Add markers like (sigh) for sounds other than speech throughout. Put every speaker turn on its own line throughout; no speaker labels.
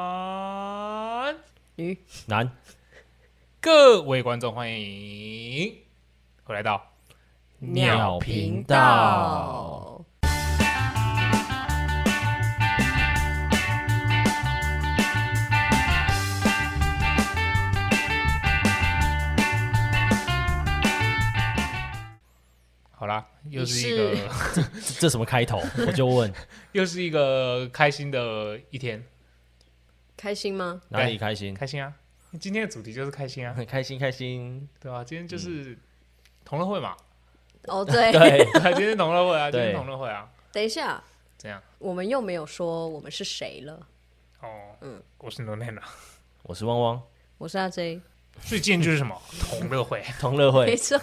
男
女
男
各位观众，欢迎回来到
鸟频道。
好啦，又
你
是一个
这这什么开头？我就问
(laughs) 又是一个开心的一天，
开心吗？
哪里开心？
开心啊！今天的主题就是开心啊，
很开心，开心。
对吧、啊今天就是
嗯
同乐会嘛，
(laughs)
(laughs)
哦，对，
(laughs) 对，
对啊今天同乐会啊，今
对
天同乐会啊，
(laughs) 等一下，
怎样？
我们又没有说我们是谁了。
哦，
嗯
我是 No n a
我是汪汪，
我是阿 J，
(laughs) 最近就是什么同乐
(laughs)
会，
同乐
没
会。 (laughs)
错，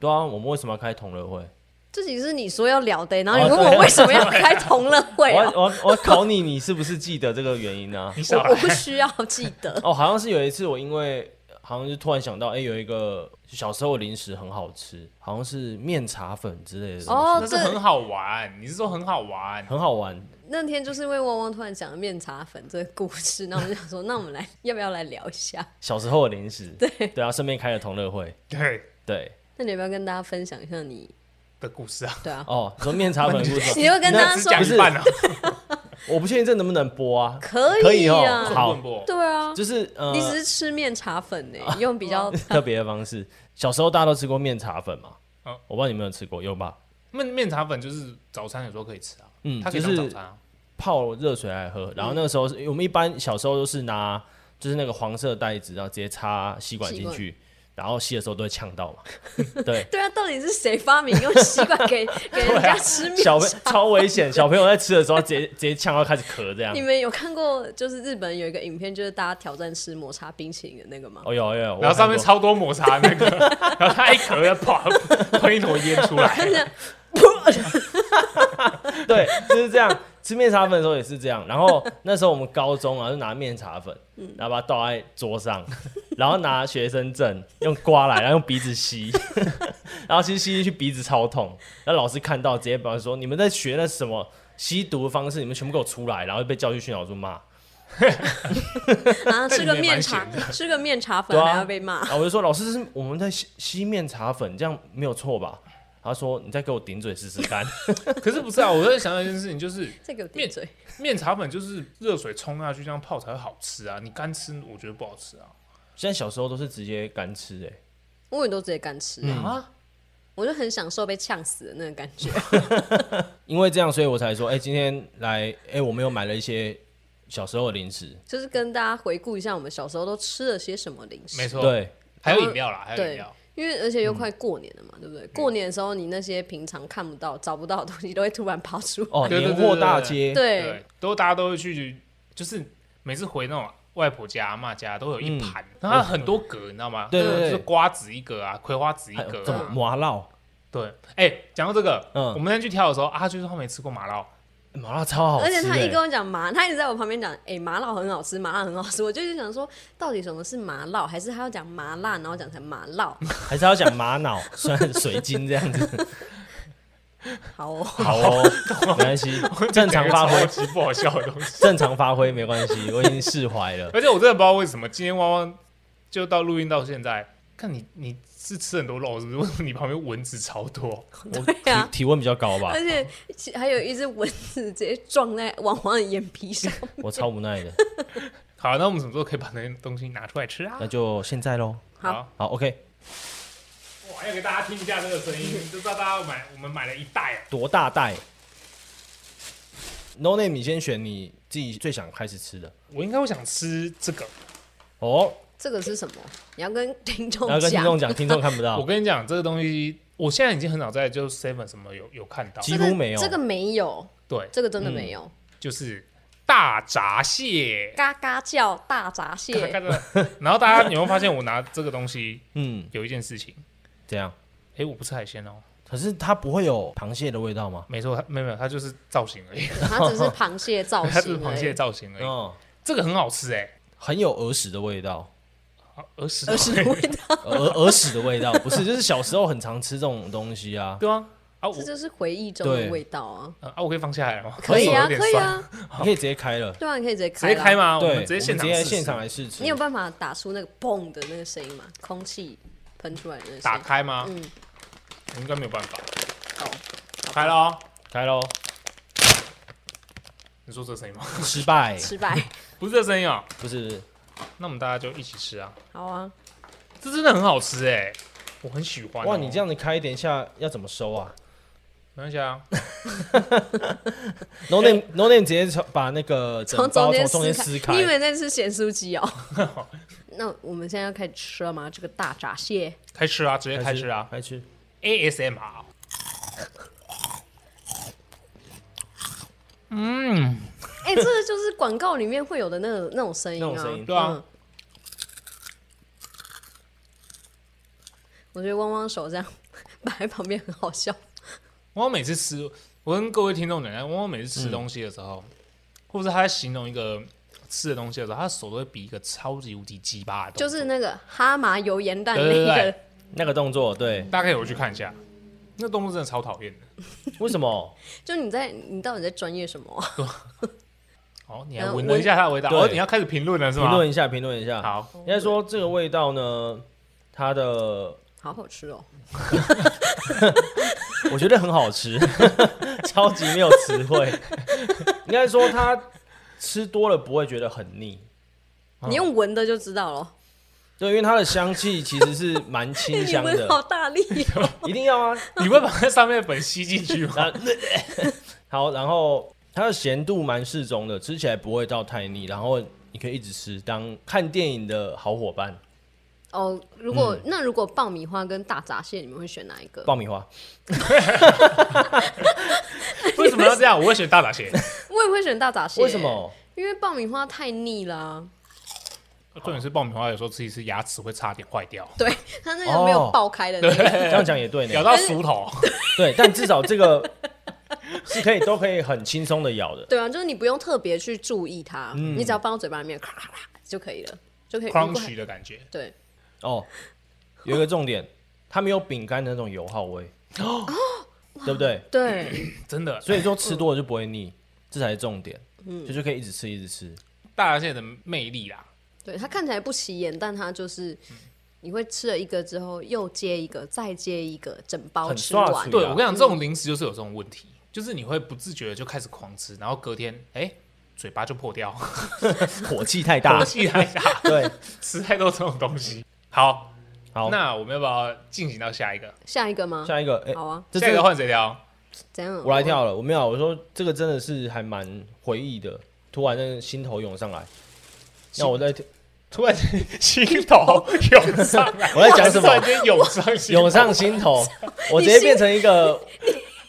对啊，我们为什么要开同乐会？
这集是你说要聊的，然后你
哦
问我
对啊
为什么要开同乐
我 (laughs)
会
要
啊、
我要我要考你，你是不是记得这个原因
(laughs)
呢、
你少
我我 (laughs)
来
不需要记
(laughs)
得。
哦，好像是有一次，我因为好像就突然想到，哎、有一个小时候的零食很好吃，好像是面茶粉之类的东西，
哦
(laughs) 那是
这
很好玩，你是说很好玩？
很好玩。
那天就是因为汪汪突然讲了面茶粉这个故事，那我们就想说，那我们来 (laughs) 要不要来聊一下？
小时候的零食，对对啊，顺便开了同乐会，
对
对
那你要不要跟大家分享一下你？
的故事啊，
对啊，
哦，你说面茶粉的故事，
你要跟大家
(laughs) 只
说
讲
不是
一半啊，
我不确定这能不能播啊，
可
可以哦
啊，
好
问不？
对啊，
就是呃，
你只是吃面茶粉呢，
(laughs)
用
(laughs)
比较 (laughs)
特别的方式。小时候大家都吃过面茶粉嘛？
嗯
我不知道你有没有吃过，有吧？
面面茶粉就是早餐有时候可以吃啊，
嗯
它，可
就
以当早
是
餐啊。
泡热水来喝。然后那个时候是，我们一般小时候都是拿就是那个黄色袋子，然后直接插吸管进去，然后吸的时候都会呛
(laughs)
到嘛。对，
对啊，到底是谁发明用吸管
(laughs)
给给人家吃面？
啊小朋超危险，小朋友在吃的时候直接直接呛到开始咳这样
你。们有看过就是日本有一个影片，就是大家挑战吃抹茶冰淇淋的
(laughs)
那个吗？
哦有有有，我
然后上面
看过
超多抹茶那个，然后它一咳要跑，喷一坨烟出来。
对，就是这样。吃面茶粉的时候也是这样，然后那时候我们高中啊，就拿面茶粉，然后把它倒在桌上，然后拿学生证用刮来，然后用鼻子吸， (laughs) 然后其实吸进去鼻子超痛，然后老师看到直接把我说你们在学那什么吸毒的方式，你们全部给我出来，然后被教育训导处骂。
啊，吃个面
那
茶
你，
吃个面茶
对
粉
啊
还要被骂，
然后我就说老师，这是我们在吸吸面茶粉，这样没有错吧？他说你再给我顶嘴试试看。 (laughs)
可是不是啊？我在想到一件事情，就是
再给我顶嘴。
面茶粉就是热水冲下去这样泡才会好吃啊，你干吃我觉得不好吃啊。
现在小时候都是直接干吃哎、欸
我也都直接干吃，
嗯
啊，
我就很享受被呛死的那个感觉。 (laughs)
因为这样，所以我才说，哎、今天来，哎、我们又买了一些小时候的零食，
就是跟大家回顾一下我们小时候都吃了些什么零
没
食，
错，，
对，
还有饮料啦，还有饮
啊对
料。。
因为而且又快过年了嘛，对不对？过年的时候，你那些平常看不到、找不到的东西，都会突然跑出来。
哦，
对对
年
对
货大街，
对
对，都大家都会去，就是每次回那种外婆家、阿妈家，都有一盘，然后它很多格，你知道吗？
嗯哦对对
就
对
是瓜子一格啊，葵花籽一
还
格
有
啊
什哎么麻辣，
对，哎，讲到这个，
嗯
我们那天去挑的时候，啊，他就说他没吃过麻辣，
哎麻辣超好吃、
而且他一
哎
跟我讲麻，他一直在我旁边讲，哎、麻辣很好吃，麻辣很好吃。我就是想说，到底什么是麻辣？还是他要讲麻辣，然后讲成麻辣？
还是要讲玛瑙， (laughs) 虽然水晶这
(laughs)
样子，
好哦，
好哦，没关
(laughs)
系，正常发
超
挥，
级不好笑的东西。
正常发挥没关系，我已经释怀了。
而且我真的不知道为什么今天汪汪就到录音到现在，看你你是吃很多肉是不是？为什么你旁边蚊子超多？
我
对啊
(laughs) 体体温比较高吧
而，且其还有一只蚊子直接撞在王王的眼皮上，
我超无奈的，
好，那我们什么时候可以把那些东西拿出来吃啊
那？就现在喽。
好
好，OK，
哇，要给大家听一下这个声音，就知道大家买我们买了一袋啊。
多大袋？No name，你先选你自己最想开始吃的
我应该会想吃这个。
哦。
这个是什么？你要跟听众
然后跟听
讲，
众讲，听众看不
我
到，
跟你讲，这个东西我现在已经很少在就是 Seven 什么有有看到，
几
这
乎
个
没有
这个没有，
对，
这个真的没有。
就是大闸蟹。
嘎嘎叫大闸
(laughs) 看
蟹，
看这个然后大家有没有发现我拿这个东西
嗯。
有一件事情？
这样？
哎，我不吃海鲜哦，
可是它不会有螃蟹的味道吗？
没错，它没有没有，它就是造型而已。
它只哦是螃蟹造
(laughs) 它只是
型
螃
而
蟹
已。
造型而已。
嗯，
这个很好吃哎、
很有儿时的味道， (laughs)
欸，儿时
而是味道，
儿儿时的味道，不是，就是小时候很常吃这种东西啊。
对啊，啊我
这就是回忆中的
对
味道啊。
呃啊我可以放下来吗？
可以啊，
手有点
可以
酸，
啊，
你可以直接开了，
对啊，你可以直接
直
开
接
啦
开吗？
对，
们直接现
我
场
们直
试
接
试
现场来试吃。
你有办法打出那个嘣的那个声音吗？空气喷出来的那个声
打
音。
开吗？
嗯，
应该没有办法，
好，
开了哦。
开喽，
(laughs) 你说这声音吗？
(laughs)
(laughs)
失败，
失败，
不是这声音哦，
不是
那我们大家就一起吃啊。
好啊，
这真的很好吃哎，我很喜欢哦。
哇，你这样子开一点下要怎么收啊
没关系啊，
？No name No name 直接从把那个整
从
包
间
从中间
撕
撕开
你以，为那是咸酥鸡哦？
(laughs)
那我们现在要开始吃了吗？这个大闸蟹，
开吃啊，直接开吃啊
开吃，
，ASMR。
哎、这个就是广告里面会有的那种那种声音
那种
啊
声。音
对啊
嗯，我觉得汪汪手这样 (laughs) 摆在旁边很好笑。
汪汪每次吃，我跟各位听众讲一下，汪汪每次吃东西的时候，或者是他在形容一个吃的东西的时候，他手都会比一个超级无敌鸡巴的动
就
作，
是那个哈麻油盐蛋那
对对对
个，
那个动作对，
(laughs) 大家可以回去看一下，那动作真的超讨厌的。
为什么？
就你在你到底在专业什么啊？
哦，你还
嗯
闻
我
了一下他的味道，
对
哦，你要开始评论了是
评
吗？
论一下，评论一下。
好，
应该说这个味道呢，它的
好好吃哦，
我觉得很好吃， (laughs) 超级没有词汇。 (laughs) 应该说它吃多了不会觉得很腻，
嗯
你用闻的就知道了。
对，因为它的香气其实是蛮清
(laughs) 你
香
闻好
的，
大
(laughs)
力哦，
一定要啊。
你会把它上面的粉吸进去
(laughs)
吗？
然后好，然后它的咸度蛮适中的，吃起来不会到太腻，然后你可以一直吃，当看电影的好伙伴。
哦，如果、那如果爆米花跟大闸蟹，你们会选哪一个？
爆米花，
为什么要这样？我会选大闸蟹，
(laughs) 我也会选大闸蟹。
为什？么？
因为爆米花太腻啦、
重点是爆米花有时候吃一次牙齿会差点坏
(laughs)
掉，
对，它那个没有
哦
爆开的那
(laughs)
个。
这样讲也对
(laughs) 咬
呢。
到熟头。
对，但至少这个是可以都可以很轻松的咬的。
对啊，就是你不用特别去注意它，你
嗯
只要放到嘴巴里面咔咔咔就可以了，就可以。如果
(laughs) crunch 的感觉，
对，
哦，有一个重点，它没有饼干的那种油耗味，
哦
对不对？
对，
真的。
所以说吃多了就不会腻，这才是重点。
嗯
就就可以一直吃一直吃。
大闸蟹的魅力啦，
对，它看起来不起眼，但它就是你会吃了一个之后，又接一个，再接一个，整包
很
吃
刷
完
嘴。
对
啊
我跟你讲，这种零食就是有这种问题，就是你会不自觉的就开始狂吃，然后隔天哎、嘴巴就破掉，
火气太
火 (laughs)
大，
气太大，
对，
吃太多这种东西。好，
好，
那我们要不要进行到下一个？
下一个吗？
下一个，哎、
好啊，
这
下一个
这
换谁聊？
怎样？
我来啊跳了，我没有，我说这个真的是还蛮回忆的，突然那个心头涌上来。那我在
突然间心头涌上来，
我在
(laughs)
讲什么
突然间涌上心头
涌上心头，我
你
直接
心
变成
(laughs)
一个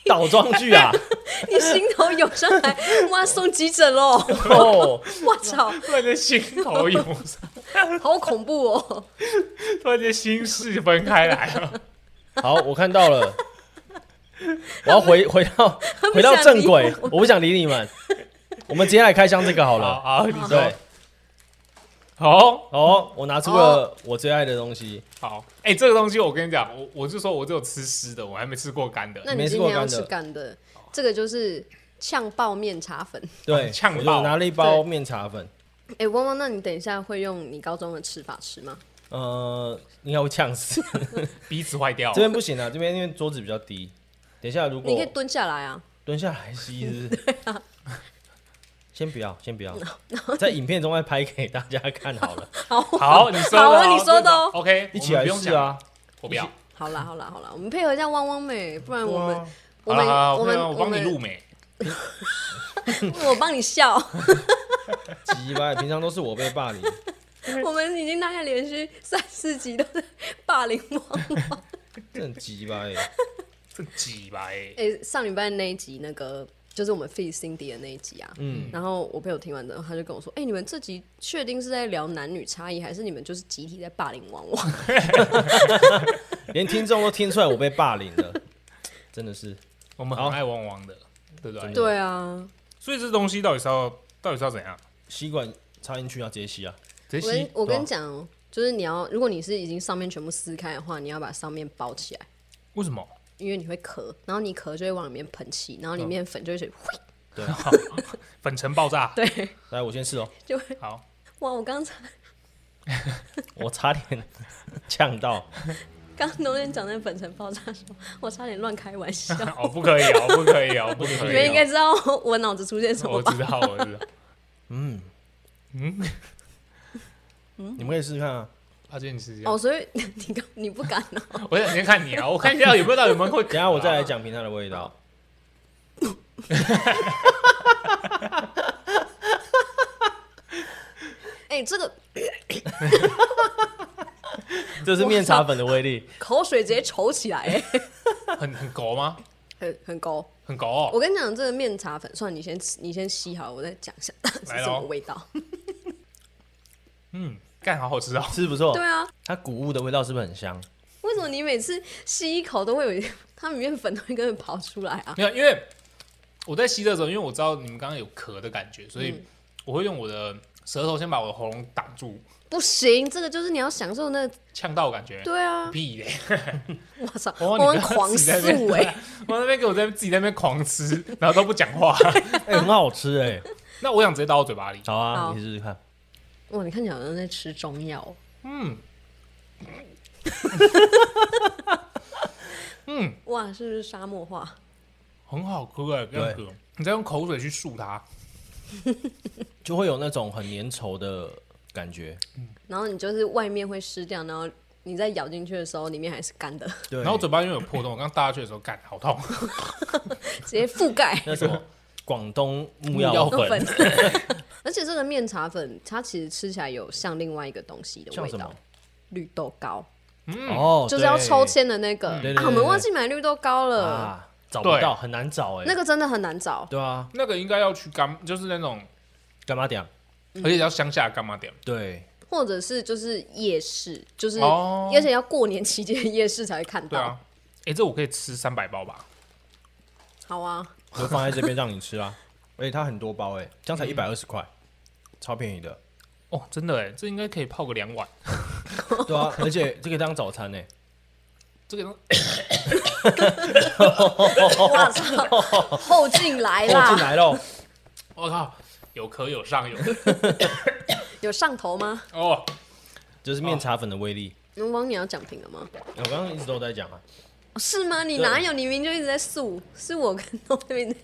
倒装句啊！
你心头涌上来，哇，送急诊喽！
(laughs)
哦，
我操，
突然间心头涌上，
好恐怖哦！
突然间心事分开来了。
好，我看到了，我要回回到回到正轨，我不想理你们。我们接下来开箱这个好
好
了。
好，你说
(laughs) 对，
好
哦，我拿出了我最爱的东西，
好，哎，这个东西我跟你讲，我我就说我只有吃湿的，我还没吃过干的。
那
没
你
吃
今
过
天要
干的
吃干的，这个就是呛爆面茶粉。
对，
哦呛
我
爆
就拿了一包面茶粉，
哎、汪汪，那你等一下会用你高中的吃法吃吗？
呃，应该会呛
(laughs)
死。
鼻子坏掉
这。边不行啊，这边因为桌子比较低，等一下如
你可
果
以啊蹲下来啊，
蹲下来吸是
(laughs)
不是，先不要，先不要，在影片中再拍给大家看好了，
好，
好，你说的哦，
好啊你说的哦
这个，OK，
一起
我
来
们不用
试
讲，
啊。
我不要。
好啦，好啦，好啦，我们配合一下汪汪妹，不然 (laughs) 我
啊
们、我
好
们
了好了，
我
我
们
帮我帮你录，美。
我 (laughs) 们我帮你笑。 (laughs)
鸡巴，平常都是我被霸凌，
我们已经大概连续三四集都在霸凌汪汪。
真的鸡巴欸
这鸡巴哎，
哎、上礼拜那一集那个就是我们 f e e Cindy 的那一集啊，嗯，然后我朋友听完之后，他就跟我说：“哎、你们这集确定是在聊男女差异，还是你们就是集体在霸凌汪汪
(laughs) 连听众都听出来我被霸凌了，真的是。
我们很
好
爱汪汪的，对不？”对？
(laughs) 对啊，
所以这东西到底是要到底是要怎样？
吸管插进去要直接吸啊，
直接
我跟
吸
我
对啊
跟你讲哦，就是你要，如果你是已经上面全部撕开的话，你要把上面包起来，
为什么？ (laughs)
因为你会咳，然后你咳就会往里面喷气，然后里面粉就会水， (laughs) 嘿
粉尘爆炸。
对，
来，我先试哦，
就会
好，
哇！我刚才
我差点 (laughs) 呛到，
刚刚农人讲那粉尘爆炸的时候，我差点乱开玩笑。
哦，不可以哦， (laughs) 不可以
(laughs)
哦，不
啊
可以哦。
你们应该知道我脑子出现什么
我
吧？
知道，我
(laughs)
知道。
嗯
嗯，
嗯
你们可以试试看啊。
阿健，你试试看。
哦，所以 (laughs) 你刚你不敢哦，
我想先看你啊，我看一下有没有到有没有会咳啊。
等一下我再来讲评它的味道。
哎、这个
这是面茶粉的威力，
口水
嗯
直接稠起来、
(laughs)
哎，
很很狗吗？
很很高。
很狗哦。
我跟你讲，这个面茶粉，算了你先吃，你先吸好，我再讲一下是
来
什
咯
么味道。
嗯，干好好吃哦。
是不错
对。啊，
它谷物的味道是不是很香？
为什么你每次吸一口都会有一，它里面粉都会跟着跑出来啊？
没有，因为我在吸的时候，因为我知道你们刚刚有咳的感觉，所
嗯
以我会用我的舌头先把我的喉咙挡住，
不行，这个就是你要享受那个
呛到的感觉。
对啊，
屁嘞！ (laughs) 哦
我操，
我
我们狂
自己
素
在那边 (laughs)
哎、，
我在那边给我在自己在那边狂吃，然后都不讲话。 (laughs)
哎，很好吃哎。
那我想直接倒到嘴巴里。
好
好
啊，你试试看。
哇，你看起来好像在吃中药哦。 (laughs)
嗯，嗯，
哇，是不是沙漠化？
很好喝哎，这样子。你再用口水去漱它，
就会有那种很粘稠的感觉。
然后你就是外面会湿掉，然后你再咬进去的时候，里面还是干的， (laughs)
对
然后嘴巴因为有破洞，我刚搭下去的时候，干好痛。 (laughs)
直接覆盖
那什么广东木
木药
药
粉
粉 (laughs)
粉。而且这个面茶粉，它其实吃起来有像另外一个东西的
像
味
什
道
么，？
绿豆糕，
嗯，
哦，
就是要
对
抽签的那个。
对对对
啊，我们
对
忘记买绿豆糕了，
啊，找不到，很难找哎。
那个真的很难找。
对啊，
那个应该要去干，就是那种，
干嘛点？啊
嗯
而且要乡下干嘛点。
对，
或者是就是夜市，就是、
哦
而且要过年期间的夜市才会看
对
到。
啊，哎，这我可以吃三百包吧？
好啊，
就放在这边让你吃 (laughs) 啊。而且它很多包哎，这样才一百二十块，超便宜的。
哦，真的哎，这应该可以泡个两碗。
(laughs) 对啊，而且这个当早餐欸
(laughs)
呢，
这个东
哇操，
(laughs)
后劲来
哦进
啦！
哦来喽，
(coughs) 我靠，有咳有上有 (laughs)
有上头吗？
哦，
就是面茶粉的威力。
龙王，你要讲评了吗？
我刚刚一直都在讲啊，
哦是吗？你
对
哪有？你明明就一直在素，是我跟东那边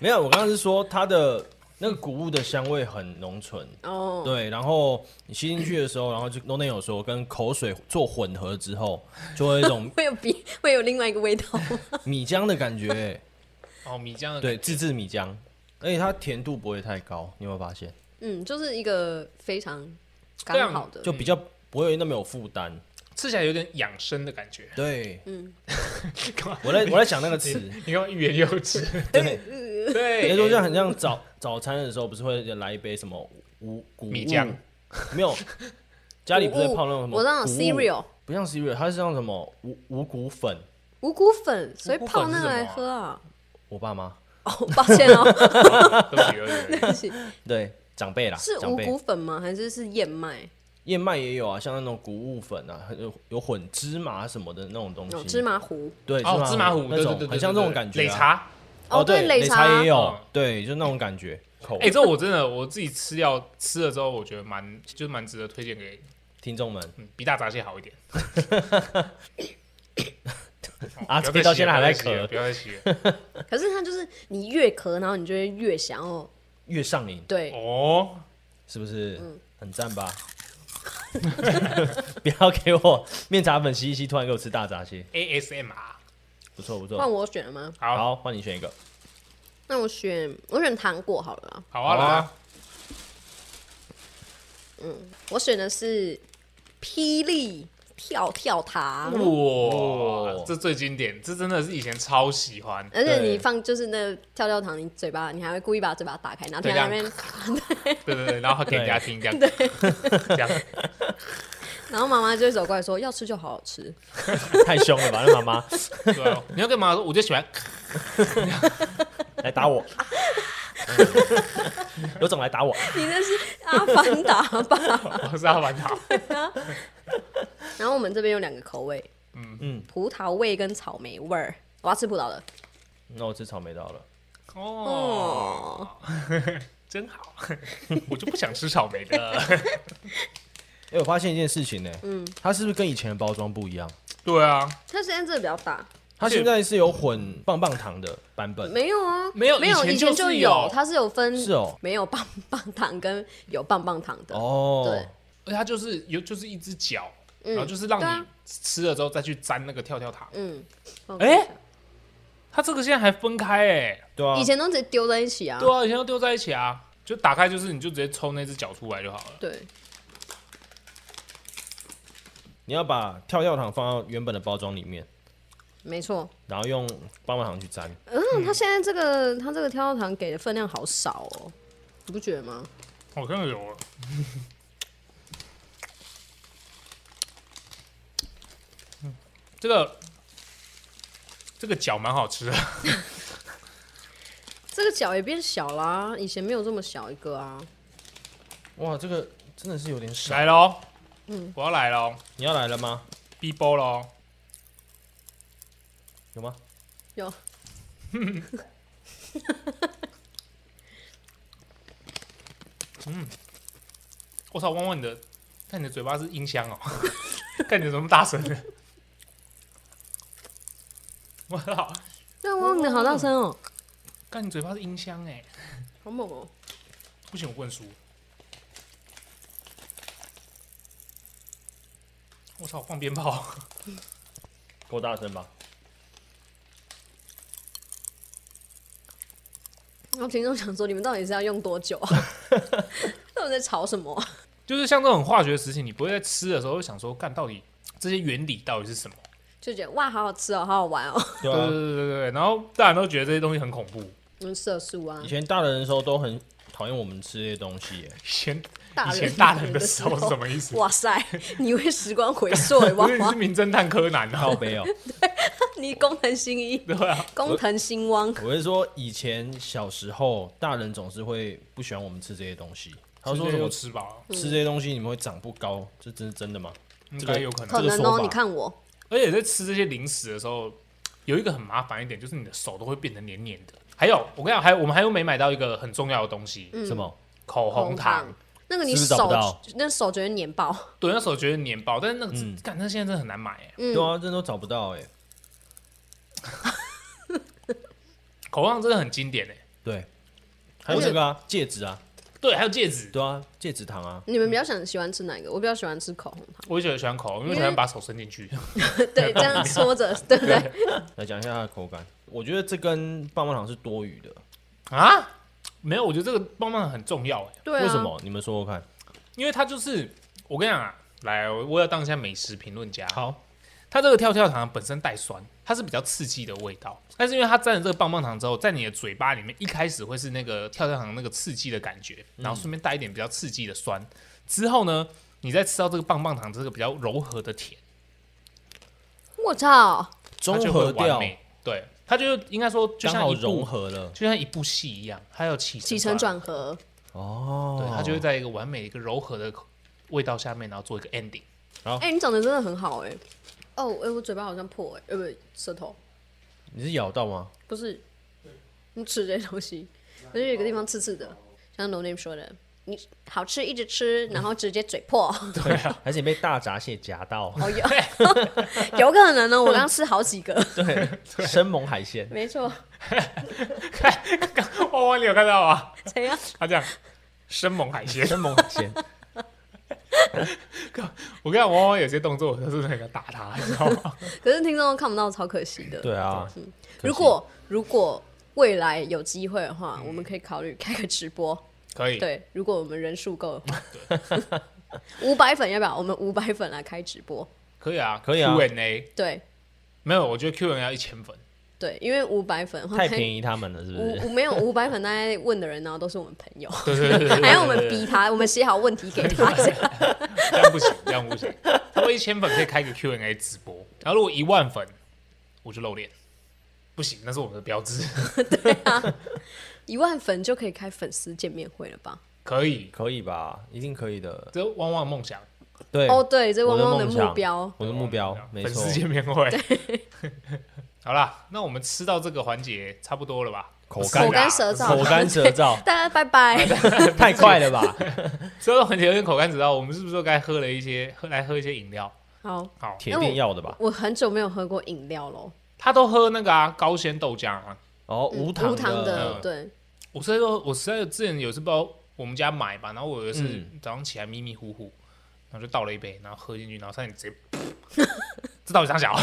没有，我刚刚是说它的那个谷物的香味很浓醇，
哦，
对，然后你吸进去的时候，然后就 n o n 有说跟口水做混合之后，就会有一种
会有比会有另外一个味道 (laughs) 吗
米浆的感觉，欸
(laughs)
哦，米浆的
对，自制米浆，而且它甜度不会太高，你有没有发现？
嗯，就是一个非常
这样
刚好的
啊就。比较不会那么有负担。
吃起来有点养生的感觉。
对， (laughs)
嗯，
我在我在想那个 (laughs) 词，
你看欲言又止，
(laughs) 对，
对，
也就是说像很像早 (laughs) 早餐的时候，不是会来一杯什么五谷
米
物
浆？
没
(laughs)
有，家里不是会泡那种什么？
我那种 cereal
不像 cereal，它是像什么五五谷粉？
五谷粉，所以
五谷粉
泡那
是什
个
么啊
来喝啊。 (laughs)
我爸妈
哦，抱歉哦， (laughs)
对不起对不起
(laughs)
对不起，
对长辈啦，
是
长
五
辈
谷粉吗？还是是燕麦？
燕麦也有啊，像那种谷物粉啊，很有有混芝麻什么的那种东
哦，
西。
芝麻糊。
对，
哦，芝麻糊，对
那
对
种
对，对
很像这种感觉、
对对
啊。
对擂茶，
哦，
对，
擂
茶
也有
嗯，
对，就那种感觉。口
哎，这我真的我自己吃掉吃了之后，我觉得蛮就是蛮值得推荐给，
听众们
嗯，比大闸蟹好一点。
(laughs)
哦
啊
不要再
这个到
吸
现
了
在还在
不要再吸了不要再吸了
可是它就是你越咳，然后你就会越想要
越上瘾， (laughs)
对。
哦，
是不是？
嗯
很赞吧？ (laughs) 不要给我面茶粉吸一吸，突然给我吃大闸蟹，
ASMR。
不错不
换
错。
我选了吗？
好，
好，换你选一个。
那我选我选糖果好了啊。
好啊，来啊，
我选的是霹雳跳跳糖。
哇，这最经典，这真的是以前超喜欢。
而且你
对
放就是那跳跳糖，你嘴巴你还会故意把嘴巴打开，然后
对
在那边，
对对对，然后给人家听这样，这样
(laughs) 然后妈妈就会走过来说要吃就好好吃。
太凶了吧？那妈 (laughs) 妈
(laughs) 对啊，你要干嘛？我就喜欢， (laughs)
来打我，嗯有种来打我。
(laughs) 你那是 (laughs) 阿凡达吧？
我是阿凡达。
然后我们这边有两个口味，
嗯
葡萄味跟草莓味儿。我要吃葡萄了。
那我吃草莓到了。
哦，真好， (laughs) 我就不想吃草莓的。
哎、我发现一件事情呢、嗯，它是不是跟以前的包装不一样？
对啊，
它现在这个比较大，
它
是
现在是有混棒棒糖的版本，
没有啊，
没有
没有，
以前
以
就是
就
有
它是有分，
是哦
没有棒棒糖跟有棒棒糖的，
哦
嗯对，
而且它就是有就是一只脚，
嗯
然后就是让
对啊
你吃了之后再去沾那个跳跳糖。
嗯，
哎它这个现在还分开哎，
对啊，
以前都直接丢在一起啊，
对啊，以前都丢在一起啊，就打开就是你就直接抽那只脚出来就好了。
对，
你要把跳跳糖放到原本的包装里面，
没错。
然后用棒棒糖去粘。
嗯，它现在这个它这个跳跳糖给的分量好少哦，你不觉得吗？
好像有了， (laughs) 这个这个脚蛮好吃的，
这个脚也变小啦，以前没有这么小一个啊。
哇，这个真的是啊有点少。
来喽，嗯，我要来喽
你要来了吗？
，B 波喽，
有吗？
有，
我操，汪汪你的，看你的嘴巴是音箱哦， (laughs) 看你怎么大声的，我操，
那汪的好大声哦，
看你嘴巴是音箱哎，
好猛哦。
不行我问输，我操，放鞭炮。
够大声吧？
然后听众想说，你们到底是要用多久啊？到底在吵什么啊？
就是像这种化学食品，你不会在吃的时候会想说，干到底这些原理到底是什么？
就觉得哇，好好吃哦，好好玩哦。
对
对对
啊，
对对对。然后大家都觉得这些东西很恐怖，
嗯，色素啊
以，前大人的时候都很讨厌我们吃这些东西
(laughs)
耶。
以前
大
以前
人
大人的时候是什么意思？
(laughs) 哇塞，你会时光回溯哎，
不
汪
是你是
汪，
名侦探柯南
靠
哦， (laughs)
背哦，
你工藤新一，
对啊，
工藤新汪，
我是说以前小时候，大人总是会不喜欢我们吃这些东西。他说
直
什
接
么
就吃饱了，
吃这些东西你们会长不高，这真是真的吗？
应
这个
该有可能。
可
这个
能
说
哦，
法
你看我，
而且在吃这些零食的时候，有一个很麻烦一点，就是你的手都会变得黏黏的。还有，我跟你讲，还有我们还有没买到一个很重要的东西，
什么？
嗯口红糖。，
那个你
是不是找
手
不到
那手觉得黏爆，
对，那时候觉得黏爆，但是那个
嗯
干，那现在真的很难买哎。
嗯
对啊，这都找不到哎。
口红糖真的很经典哎。
对，还有这个啊，戒指啊，
对，还有戒指，
对啊，戒指糖啊，
你们比较想喜欢吃哪个？我比较喜欢吃口红糖，
我也觉得喜欢口红，因为喜欢把手伸进去。
对，这样搓着，对不对？
来讲一下它的口感。我觉得这根棒棒糖是多余的，
啊？没有，我觉得这个棒棒糖很重要哎，
对啊，
为什？么？你们说说看。
因为它就是我跟你讲啊，来，我我要当一下美食评论家。
好，
它这个跳跳糖本身带酸，它是比较刺激的味道，但是因为它沾了这个棒棒糖之后，在你的嘴巴里面一开始会是那个跳跳糖那个刺激的感觉，然后顺便带一点比较刺激的酸，之后呢，你再吃到这个棒棒糖这个比较柔和的甜，
我操！
它
综
就会
合
完
掉，
美。对，它就应该说就
刚
像
好
一
融
部，
合了。
就像一部戏一样，它有起
起承转合，
哦
对，它就会在一个完美、一个柔和的味道下面，然后做一个 ending。
哎、你长得真的很好哎、哦，哎、我嘴巴好像破哎、呃，不，舌头
你是咬到吗？
不是，你嗯吃这些东西，我就有一个地方刺刺的，像 No Name 说的，你好吃一直吃，然后直接嘴破，
对啊，还是你被大闸蟹夹
(laughs)
到？
哦有有 (laughs) 可能呢、哦我刚吃好几个，
(laughs) 对，生猛海
(laughs)
鲜。
没错，
汪汪，你有看到吗？
怎样？
他这样生猛海鲜。
生猛海鲜，
(laughs) 我跟你讲，汪汪有些动作，我就是很想打他，你知道吗？
可是听众都看不到，超可惜的。
对啊。可惜
如果如果未来有机会的话，我们可以考虑开个直播。
可以，
对，如果我们人数够的话， (laughs) 五百粉要不要？我们五百粉来开直播。
可以啊，
可以啊
Q&A
对
没有，我觉得 Q&A 要一千分，
对，因为五百粉的话
太便宜他们了，是不
五
是？
五没有五百粉，大家问的人呢都是我们朋友，
对对对对对对
(laughs) 还要我们
对对
逼他，我们写好问题给他。 (laughs) 这样
对这样不行，这样不行。他说一千粉可以开个 Q&A 直播，然后如果一万粉，我就露脸。不行，那是我们的标志。 (laughs)
一万粉就可以开粉丝见面会了吧？
可以，
可以吧？一定可以的。
这汪汪的梦想，
对，
哦，对，这
我
汪
的
汪
梦
目
想
标，
我的目标，没
粉
错
丝。见面会。 (laughs) 好啦，那我们吃到这个环节差不多了吧？
口干
口干
干
舌燥，
口干舌
(laughs)，
燥
大家拜拜。
太快了
(laughs)
吧？
吃到环节有点口干舌燥，我们是不是都该喝了一些喝来喝一些饮料？
好，
好，
铁定要的吧？
我很久没有喝过饮料喽，
他都喝那个啊高纤豆浆啊。
哦，
嗯
无糖
无糖
的
的，对，
我实在说，我实在之前有一次不知道我们家买吧，然后我有一次
嗯
早上起来迷迷糊糊，然后就倒了一杯，然后喝进去，然后差点直接， (laughs) 这到底啥小？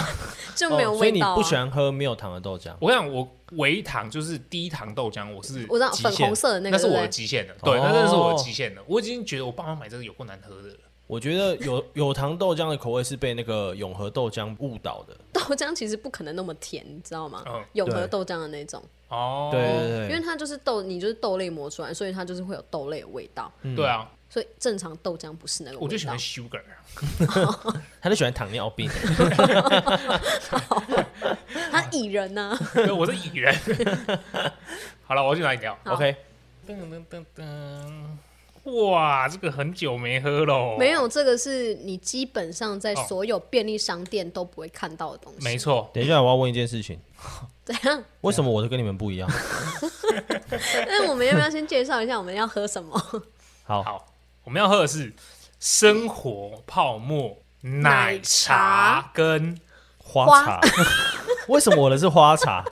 就没有
哦所以
味
你
道啊。
不喜欢喝没有糖的豆浆？
我想我微糖就是低糖豆浆，我是
我知道
极
粉
限
红色的那
那
个，
是
对不
我的
对
极限了，对，那真的是我的极限了。我已经觉得我爸妈买这个有够难喝的了，
我觉得有 (laughs) 有糖豆浆的口味是被那个永和豆浆误导的。
(laughs) 豆浆其实不可能那么甜，你知道吗？
嗯
永和
对
豆浆的那种，
哦，
对
因为它就是豆，你就是豆类磨出来，所以它就是会有豆类的味道。
嗯
对啊，
所以正常豆浆不是那个味道。
我就喜欢 sugar，
他就喜欢糖尿病，
他蚁人啊呐、
对我是蚁人。 (laughs) 好了，我要去拿饮料。
好
OK，
噔噔噔噔，哇，这个很久没喝喽。
哦
(laughs) 没，有这个是你基本上在
哦
所有便利商店都不会看到的东西。
没，错，
等一下我要问一件事情，
(laughs) 怎样？
为什么我的跟你们不一样？
(laughs) 那我们要不要先介绍一下我们要喝什么？
好，
好，我们要喝的是生活泡沫奶
奶
茶
茶
跟
花茶， (laughs) 为什么我的是花茶？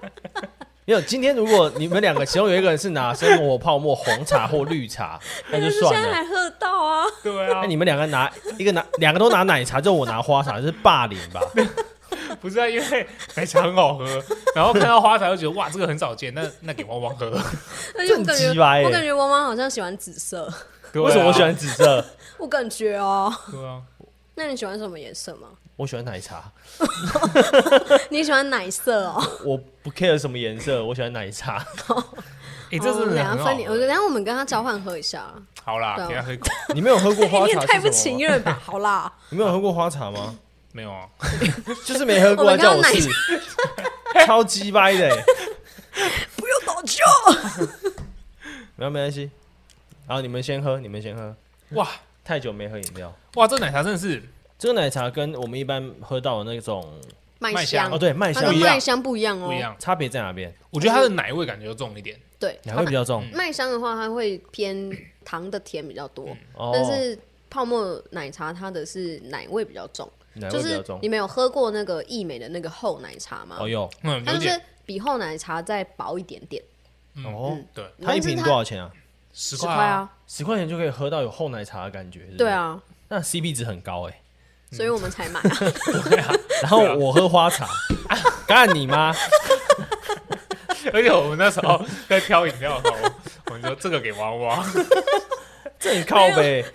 没有，今天如果你们两个其中有一个人是拿生活泡沫红茶或绿
(laughs)
茶， (laughs) 那就
现
算
在
了。
还喝得到啊！
对啊 (laughs)
那，你们两个拿一个拿两个都拿奶茶，就我拿花茶，这是 (laughs) 霸凌吧？
不是啊，因为 (laughs) 奶茶很好喝，然后看到花茶就觉得哇，这个很少见，那那给汪汪
(laughs)
喝。
而且我感觉
鸡，掰欸
我感觉汪汪好像喜欢紫色，
对啊
为什么我喜？欢紫色？
我感觉哦。
对啊，
那你喜欢什么颜色吗？ (laughs)
我喜欢奶茶，
你喜欢奶色哦。
我不 care 什么颜色，我喜欢奶
(laughs)
茶。
哎，这真的
哦两
很
个
好
分你，我觉
喝。
得等一下我们跟他交换喝一下。
好
对
啦，
啊
给他喝一口。
你没有喝过花
哎你也
茶？
太不
啊
情。愿了吧！好啦，
你没有喝过花茶吗？
没有啊，
就是没喝过，还叫我试， (laughs) 超鸡掰的、欸。
(laughs) 不用倒酒。
没有，没关系。好，你们先喝，你们先喝。
哇
太久没喝饮料，
哇，这奶茶真的是
这个奶茶跟我们一般喝到的那种
麦
麦
香
香
哦，，对，麦
它
香
跟
一
麦
样，
香不一样哦。
不一样。
差别在哪边？
我觉得它的奶味感觉又重一点，
对，
哪会比较重？
麦香的话，它会偏糖的甜比较多，
哦，
嗯但是泡沫奶茶它的是奶味比较重，
哦哪
就
会比较
是
重
你？们有喝过那个益美的那个厚奶茶吗？
哦哟，
嗯，
它
有
就
点
是比厚奶茶再薄一点点，嗯
哦，
对，
它一瓶多少钱啊？
十
十
块
块
啊，
啊，
十块钱就可以喝到有厚奶茶的感觉。是不是
对，啊，
那 CP 值很高哎、
(laughs) 所以我们才买啊。
然后我喝花
(laughs)
茶，干你妈！
啊
而且我们那时候在挑饮料的时候， (laughs) 我们说这个给汪汪， (laughs)
这很靠呗。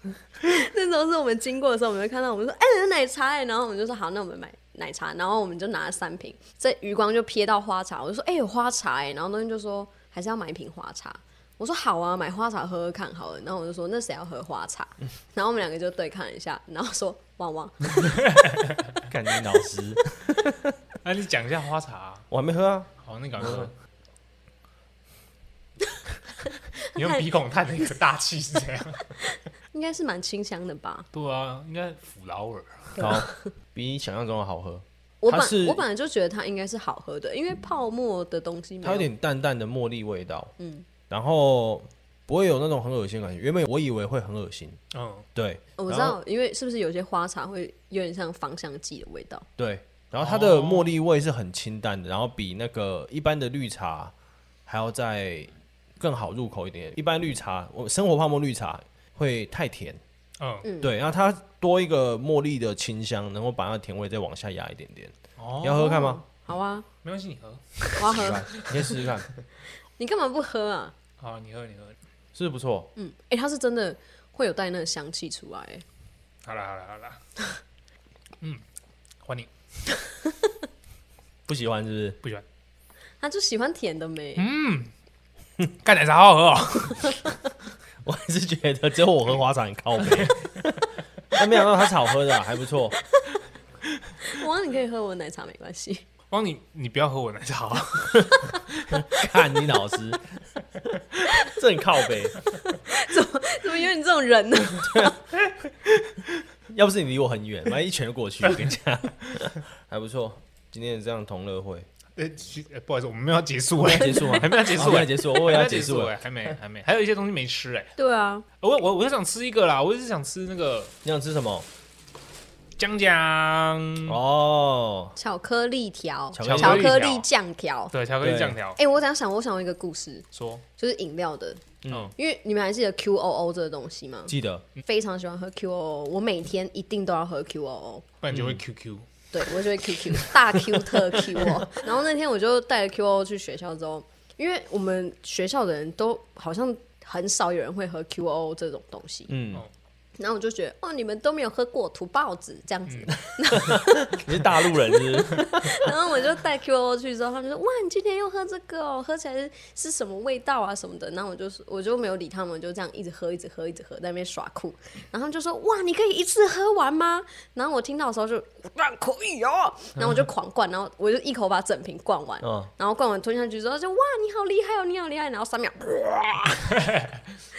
(laughs) 那时候是我们经过的时候，我们就看到我们说：“哎、有奶茶、欸！”然后我们就说：“好，那我们买奶茶。”然后我们就拿了三瓶，这余光就瞥到花茶，我就说：“哎、有花茶、欸！”然后东西就说：“还是要买一瓶花茶。”我说：“好啊，买花茶喝喝看好了。”然后我就说：“那谁要喝花茶？” (laughs) 然后我们两个就对看了一下，然后说：“汪汪，
干你老师，
那你讲一下花茶啊，
我还没喝
(laughs)
啊。
好，那赶快喝。 (laughs) 你用鼻孔探的一个大气是这样？
应该是蛮清香的吧
(laughs) 对啊，应该腐老耳。
好，比想象中的好喝。？”
我
它
本
是
我本来就觉得它应该是好喝的，因为泡沫的东西没
它有点淡淡的茉莉味道，
嗯
然后不会有那种很恶心的感觉。原本我以为会很恶心，
嗯，
对
哦我知
然
道，因为是不是有些花茶会有点像芳香剂的味道？
对。然后它的
哦
茉莉味是很清淡的，然后比那个一般的绿茶还要再更好入口一点。一般绿茶，我生活泡沫绿茶会太甜，
嗯，
对。然后它多一个茉莉的清香，能够把它的甜味再往下压一点点。
哦
你要喝看吗？
好啊，
没关系，你喝。
我要
试试
喝
看。，你先试试看，
你干嘛不喝啊？
好，你喝，你喝。
是不是不错。
嗯，哎、它是真的会有带那个香气出来欸。
好啦，好啦，好啦。 (laughs) 嗯，换你，
不喜欢是不是？
不喜欢。
他就喜欢甜的没？
干奶茶好好喝哦。
我还是觉得只有我喝花茶很 (laughs) 靠背。但没想到它是好喝的啊、还不错。
哇，你可以喝我的奶茶没关系。
汪，你你不要喝我奶茶 (laughs) 啊。
看你老师，这很靠背。
怎么有你这种人呢？
(laughs) 要不是你离我很远，妈一拳就过去。我跟你讲，还不错。今天这样同乐会
呃，其呃不好意思，我们没有要结束哎，
结
(laughs)
束吗
还没有结
结
束
要
哎，
哦结束，
还
我
没
也
有
(laughs) 要结束
束
了。
哎，还没还没，还有一些东西没吃哎，
(laughs) 对啊，
我我我就想吃一个啦，我就是想吃那个
你想吃什么？
姜
嗯
姜，
哦，
巧克力条、
巧克力
巧克力
条
酱条。
对，巧克力
对
酱条，
哎，我想想，我想到一个故事，
说，
就是饮料的，
嗯，
哦
因为你们还记得 QOO 这个东西吗？
记得
非常喜欢喝 QOO，我每天一定都要喝 QOO。
不然就会 QQ，
对我就会 QQ 大 Q (laughs) 特 Q 哦。然后那天我就带着 QO 去学校之后，因为我们学校的人都好像很少有人会喝 QO 这种东西，
嗯，
然后我就觉得哦，你们都没有喝过土豹子这样子。 (laughs)
你是大陆人是不 (laughs) 是？
然后我就带 QO 去之后，他们就说哇，你今天又喝这个哦，喝起来是是什么味道啊什么的。然后我就说我就没有理他们，就这样一直喝，一直喝，一直喝，在那边耍酷。然后他们就说哇，你可以一次喝完吗？然后我听到的时候就那可以哦，然后我就狂灌，然后我就一口把整瓶灌完。
嗯，
然后灌完吞下去之后就哇，你好厉害哦，你好厉害！然后三秒，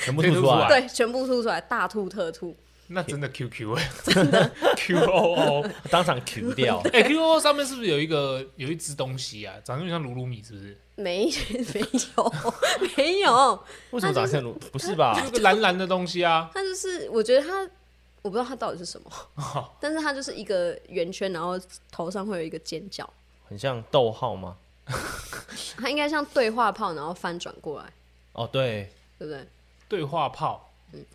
全部吐出来。
对，全部吐出来，大吐特吐。
那真的 QQ 哎，真的 QOO，
(laughs) 当场 Q 掉，
(laughs) 哎，QOO 上面是不是有一个有一只东西啊，长得有点像鲁鲁米，是不是？
没 (laughs) 没有 (laughs) 没有，
(laughs) 为什么长相如 (laughs) 不是吧？
就一个蓝蓝的东西啊，
它就是我觉得它，我不知道它到底是什么， (laughs) 但是它就是一个圆圈，然后头上会有一个尖角，
很像逗号吗？
它应该像对话炮，然后翻转过来，
哦，对，
对不对？
对话炮，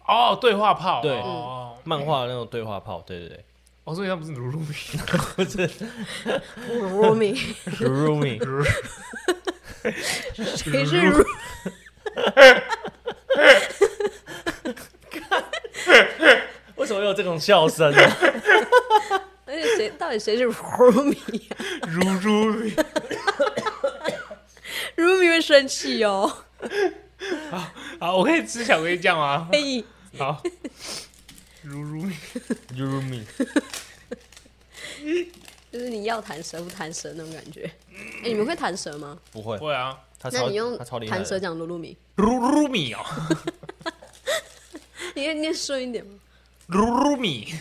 哦，对话炮，
对
哦，
漫画那种对话炮，对对
哦，所以它不是鲁鲁米，
对，不 (laughs) 是
如米，
(laughs)
Rumi，
(laughs) 谁是如？
为什么有这种笑声呢？
而且谁到底谁是如米？啊 (laughs)
鲁鲁 (laughs) 米，
如米会生气哦。
好，我可以吃巧克力酱吗？
嘿，
(laughs) 好，如如米
Rumi，
就是你要弹舌不弹舌那种感觉。哎、你们会弹舌吗？
(laughs) 不会，
会啊，
他
那
超
你用
他超厉害
弹舌
的，
讲鲁鲁米，
如如米哦，
你可以念顺一点吗？
如如米，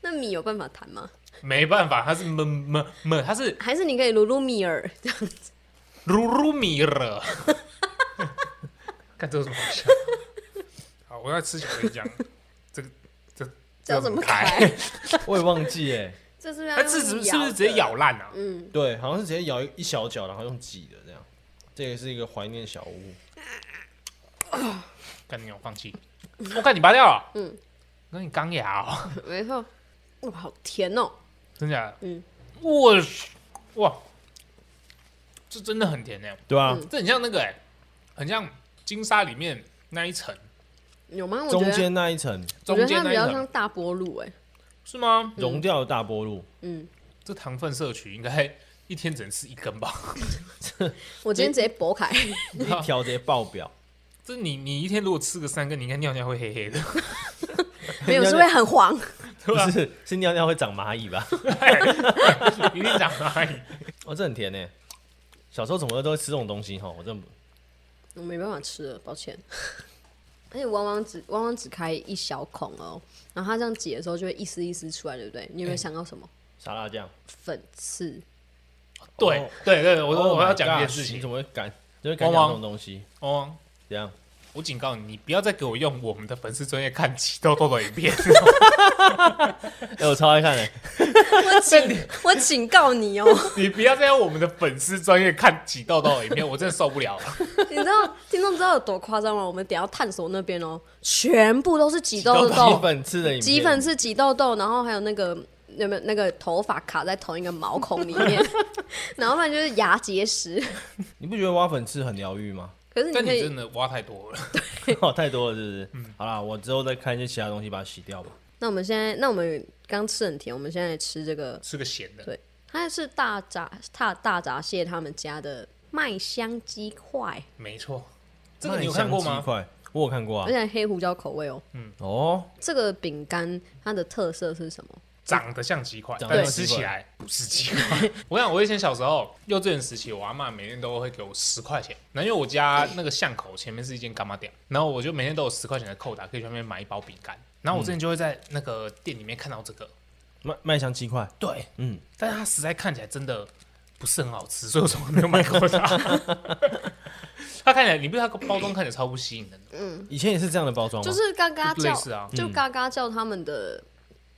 那米有办法弹吗？
没办法，它是么么么，它是
还是你可以鲁鲁米尔？
如如米了。看这有什么好笑？好，我要吃巧克力酱，这个这
这要怎么
开？
开？
(laughs) 我也忘记哎，
(laughs) 这是不是要
它是不是
用
是不
咬
是直接
的
咬烂啊？
嗯，
对，好像是直接咬一一小角，然后用挤的这样。这也是一个怀念小屋，
干你我放弃，我看你拔掉了，
嗯
嗯，那你钢牙哦。
没错。哇，好甜哦！
真假的？
嗯，
我去哇，这真的很甜呢、
对啊吧？
嗯
这很像那个哎、很像金沙里面那一层
有吗？我觉
中
得，嗯
间那一层
我
中
觉得
间
它
那
比
一
较
层
像大波露哎。
是吗？
融掉的大
(laughs)
波路，
嗯，
这糖分摄取应该一天只能吃一根吧？
我今天直接剥开， (laughs)
一条直接爆表，
这你你一天如果吃个三根，你应该尿尿会黑
(laughs)
黑的，
没有是会很黄。
(laughs) 对啊吧
不？是是尿尿会长蚂蚁吧？ (laughs)
一定长蚂蚁。
哦，这很甜呢。小时候怎么都会吃这种东西哈，我真不
我没办法吃了，抱歉。 (laughs) 而且汪汪只汪汪只开一小孔哦，然后它这样挤的时候就会一丝一丝出来，对不对？你有没有想到什么？
沙拉酱。
粉刺。
对、对对，我、
Oh
我要
my
讲一件
gosh，
事
你
情
怎么会敢？怎么会敢
汪
讲
汪
这种东西？
哦。
怎样？
我警告你，你不要再给我用我们的粉丝专业看起痘痘的影
(laughs)
片。
哎，我超爱看的，
我警我警告你哦，
你不要再用我们的粉丝专业看起痘痘的影片，我真的受不了了。
(laughs) 你知道听众知道有多夸张吗？我们等一下探索那边哦，全部都是挤痘
鸡
痘。
粉刺的影片
挤粉是挤痘痘，然后还有那个有没有那个头发卡在同一个毛孔里
(laughs)
面，然后不然就是牙结石。 (laughs)
你不觉得挖粉刺很疗愈吗？
可 (laughs) 是你
但
可
你
以
真，的挖太多了。
(laughs) 哦，太多了是不是？
嗯
好啦，我之后再看一些其他东西把它洗掉吧。
那我们现在，那我们刚吃很甜，我们现在吃这个，
吃个咸的，
对，它是大闸大大闸蟹他们家的麦香鸡块，
没错。这个你有看过
麦香
吗
鸡？块，我有看过
而
啊。
且还黑胡椒口味哦。
嗯
哦，
这个饼干它的特色是什么？
长得像鸡块，
长得
但
像
吃
鸡块
起来不是鸡
(laughs)
块。我想我以前小时候幼稚园时期，我阿妈每天都会给我十块钱。那因为我家那个巷口前面是一间干妈店，然后我就每天都有十块钱的扣打，可以去那边买一包饼干。然后我之前就会在那个店里面看到这个，
麦麦香鸡块，
对，
嗯，
但是它实在看起来真的不是很好吃，所以我从来没有买过它。 (laughs) 它看起来，你不是它包装看起来超不吸引人的，
以前也是这样的包装吗？
就是嘎嘎
就类
叫，
似啊，
就嘎嘎叫他们的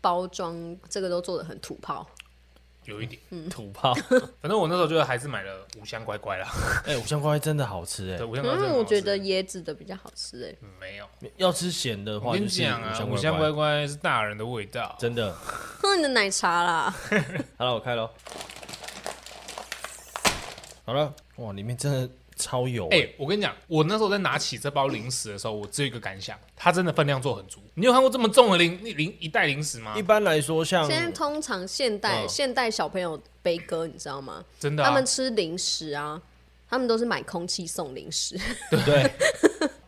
包装，这个都做的很土炮。
有一点。
土
(laughs)
炮。
反正我那时候就还是买了五香乖乖啦。
哎，五香乖乖真的好吃
对，
哎，
五香乖乖真的
嗯，
很
我
好吃。
觉得椰子的比较好吃哎、
嗯没有。
要吃咸的
我
话
跟
就
你
是
讲啊，五
五
香
香
乖
乖乖，
乖是大人的味道。
真的。
喝你的奶茶啦，
好了，我开喽。好了，哇，里面真的超油
哎、
哎，
我跟你讲，我那时候在拿起这包零食的时候，我只有一个感想，它真的分量做很足。你有看过这么重的零零一袋零食吗
一？般来说像
现在通常现代、
嗯
现代小朋友悲歌，你知道吗？
真的、啊，
他们吃零食啊，他们都是买空气送零食， (laughs)
对，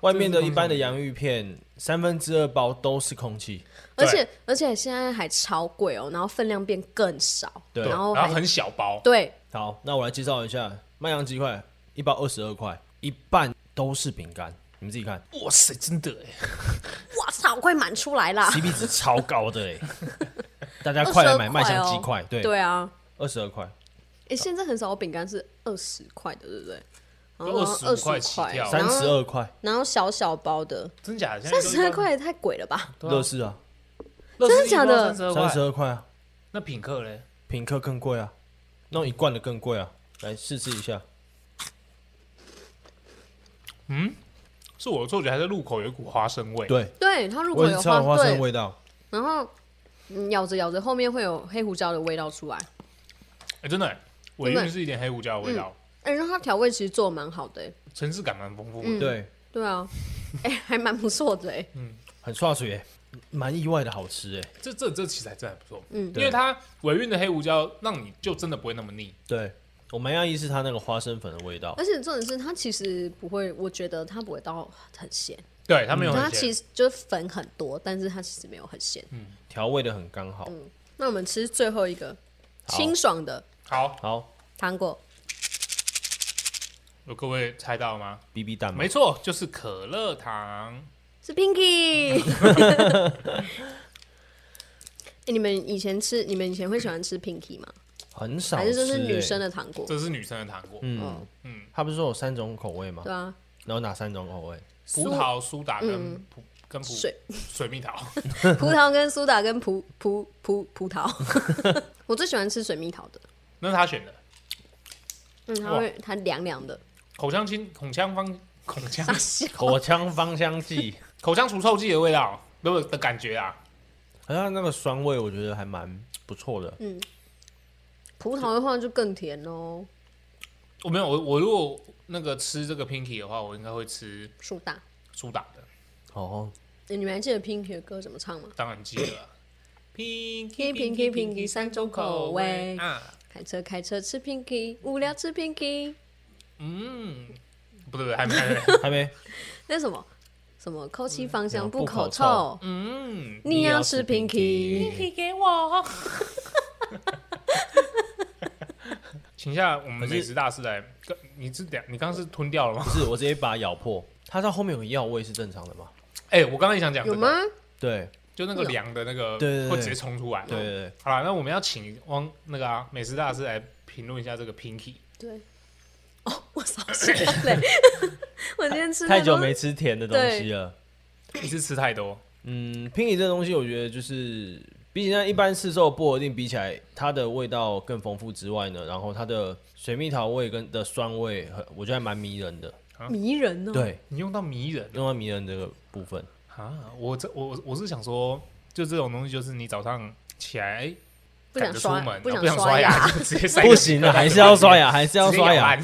外面的一般的洋芋片，三分之二包都是空气。
对
而且而且现在还超贵哦，然后分量变更少，
对
对
然后
然
还
后很小包，
对，
好，那我来介绍一下麦香鸡块，一包二十二块，一半都是饼干，你们自己看
哇塞，真的哎、
哇操，快满出来啦！
，CP 值超高的哎、大家快来买麦香鸡块，对，
对啊，
二十二块，
哎、现在很少有饼干是二十块的，对不对？
都25块
25
起跳
三十二块，
然后小小包的，
真假的？现在
三
都一
十
包
二，块也太贵了吧？
对啊
乐事啊，
乐事
真的假的
一包32块
三十二块啊，
那品客嘞？
品客更贵啊，弄一罐的更贵啊，来试吃一下，
是我的错觉还是入口有一股花生味？，
对，
对，它入
我
口
也
有
是吃到花
花
生的
对，
味道，
然后嗯咬着咬着后面会有黑胡椒的味道出来。
哎、真的、欸，尾
真
韵
的
是一点黑胡椒的味道，
哎、然后它调味其实做的蛮好的、欸，
层次感蛮丰富的。
对，
对啊，哎、还蛮不错的、欸，
很刷嘴、欸，蛮意外的好吃哎、
这这这其实还真的不错，
嗯
因为它尾韵的黑胡椒让你就真的不会那么腻，
对，我蛮讶异是它那个花生粉的味道，
而且重点是它其实不会，我觉得它不会到很咸，
对，它没有
嗯它
哦很
其
咸。
实就是粉很多，但是它其实没有很咸。
调味的很刚好。
那我们吃最后一个
好
清爽的
好，
好
糖果，
有各位猜到吗？
，B B 蛋嘛
没，错，就是可乐糖。
是 Pinky。欸你们以前吃，你们以前会喜欢吃 Pinky 吗？
很少吃、
还
欸，
是就是女生的糖果？
这是女生的糖果，
嗯嗯，他不是说有三种口味吗
对？啊，
然后哪三种口味？
葡萄、苏打跟葡跟葡
嗯水
水蜜桃， (laughs)
葡萄跟苏打跟葡葡葡葡萄。 (laughs) 我最喜欢吃水蜜桃的，
那是她选的。
嗯，它会它凉凉的，
口腔清口腔方口腔 (laughs)
傻笑。
口腔芳香 (laughs) 剂，
口腔除臭剂的味道，不是的感觉啊。
好像那个酸味，我觉得还蛮不错的。
葡萄的话就更甜哦，
我没有，我我如果那个吃这个 Pinky 的话，我应该会吃
苏打。
苏打的，
哦，
欸你们还记得 Pinky 的歌怎么唱吗？
当然记得啊。Pinky
Pinky Pinky 三种口味
啊，
开车开车吃 Pinky，无聊吃 Pinky。
嗯，不对不对，还没还
(laughs)
没，
还没，
那什么什么口气芳香
嗯
不
不口
口臭，
嗯，
你要吃 Pinky。
以给我。请下我们美食大师来，跟你是两，你刚刚是吞掉了吗
不？是，我直接把它咬破。它到后面有个药味是正常的吗？
(laughs) 哎、我刚刚也想讲、这
有
个
吗？
对，哦
就那个凉的那个，
对对对
会直接冲出来。
对对对，
好了，那我们要请汪那个啊美食大师来评论一下这个 Pinky。
对。哦，我烧起来嘞！ (laughs) 我今天吃
太
那
久
东
没
西
吃甜的东西了。
你是吃太多，
嗯，拼理这东西，我觉得就是比起那一般市售的薄荷定比起来，它的味道更丰富之外呢，然后它的水蜜桃味跟的酸味很，我觉得还蛮迷人的。
迷人哦。，
对，
你用到迷人
用到迷人这个部分，
啊！我这我我是想说，就这种东西，就是你早上起来哎
不想
赶着
刷
出门，
不
然后
想
不想
刷
刷牙，(laughs)
牙
就直接塞
不行啊，还是要刷
牙，
牙，还是要
直接咬
刷牙
烂，，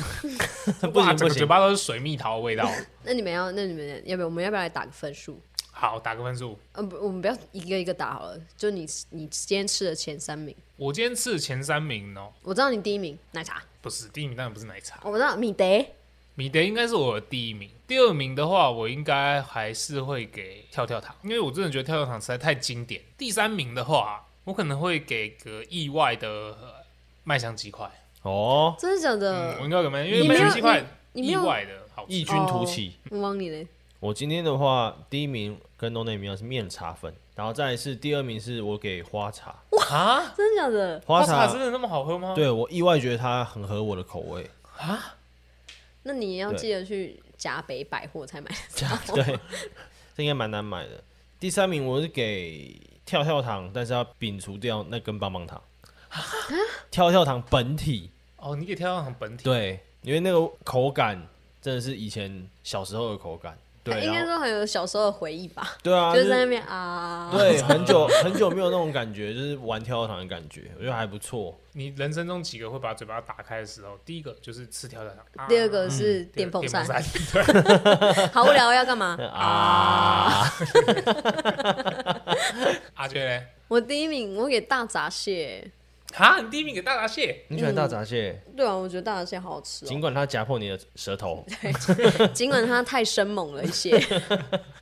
不
哇
行
整
不
个嘴
行。
巴都是水蜜桃的味道。
那你们要，那你们要不要？我们要不要来打个分数？
好，打个分数。
呃，不，我们不要一个一个打好了。就你，你今天吃的前三名，
我今天吃的前三名哦，
我知道你第一名奶茶，
不是第一名，当然不是奶茶，
哦我知道米德，
米德应该是我的第一名。第二名的话，我应该还是会给跳跳糖，因为我真的觉得跳跳糖实在太经典。第三名的话，我可能会给个意外的呃麦香鸡块，
哦，
真的假
嗯，我
的？
应该给麦，因为
你没
麦
有
香鸡块
你你没
意
有
外的好吃啊
异。军突起，
我忘你嘞，
我今天的话，第一名跟 No Name 一样是面茶粉，然后再来是第二名是我给花茶，
啊，
真的假的？
花
茶
茶真的那么好喝吗？
对我意外觉得它很合我的口味，
啊，
那你要
对
记得去甲北百货才买得 (laughs) 到。
对，这应该蛮难买的。第三名我是给跳跳糖，但是要摒除掉那根棒棒糖，跳跳糖本体
哦，你给跳跳糖本体，
对，因为那个口感真的是以前小时候的口感，对，
应该
然后
说很有小时候的回忆吧，
对啊，
就是在那边啊，
对，很久 (laughs) 很久没有那种感觉，就是玩跳跳糖的感觉，我觉得还不错。
你人生中几个会把嘴巴打开的时候，第一个就是吃跳跳糖，啊
第二个是
嗯
第二
电
个
风
电
扇
风，扇，
(laughs) 好无聊，要
(laughs)
干嘛
啊？
阿娟嘞，
我第一名我给大闸蟹，
啊，你第一名给大闸蟹，
你喜欢大闸蟹，
对啊，我觉得大闸蟹好好吃
尽
哦，
管它夹破你的舌
(laughs)
头，
尽管它太生猛了
(laughs)
一些。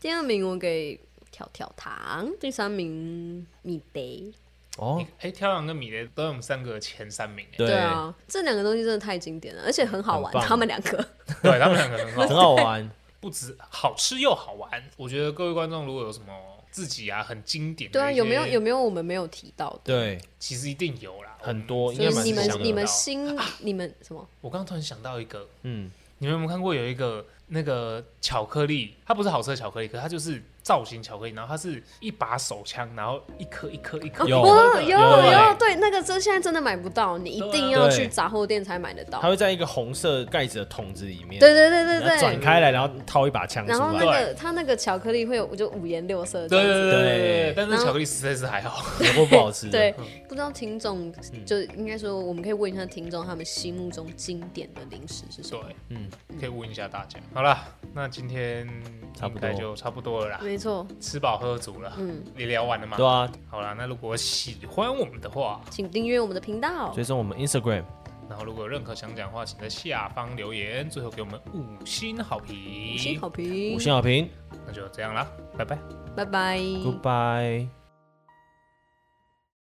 第二名我给跳跳糖，第三名米杯，
哦，
哎，跳跳糖跟米雷都是我们三个的前三名，哎，
对
对啊，这两个东西真的太经典了，而且很好玩
很，棒
他们
(laughs)
两个。
对他们两个很好
很好玩。
不止好吃又好玩。我觉得各位观众如果有什么自己啊很经典的
对啊，
一
有没有
些
有没有我们没有提到的？
对，
其实一定有啦，
很
我们
多
真
应
的
就
该
是
蛮
你
想
们
得
你们
到
心你们什么？
我刚刚突然想到一个，
嗯，
你们有没有看过有一个那个巧克力？它不是好吃的巧克力，可它就是造型巧克力，然后它是一把手枪，然后一颗一颗一颗。
(laughs) 有
哦，
一
有
颗
有
有，对，那个真现在真的买不到，你一定要
对
去杂货店才买得到
它。会在一个红色盖子的桶子里面，
对对对对
然后转
对。
开来，然后掏一把枪出
然后那
来。
个它那个巧克力会有，我就五颜六
对
色这
对
样子。
对对对
对，
但是巧克力实在是还好。
(laughs)
有够不好吃的。
对，不知道听众就
嗯
应该说，我们可以问一下听众，他们心目中经典的零食是什
对
么？，
嗯，
可以问一下大家。好啦，那今天
差
应
不多
该就差不多了啦，
没错，
吃饱喝足了，
嗯，
也聊完了吗
对？啊，
好啦，那如果喜欢我们的话，
请订阅我们的频道
追，踪我们 Instagram，
然后如果有任何想讲的话，请在下方留言，最后给我们五星好评。
五星好评
五，星好评
那就这样啦，拜拜。
拜拜。
，Goodbye。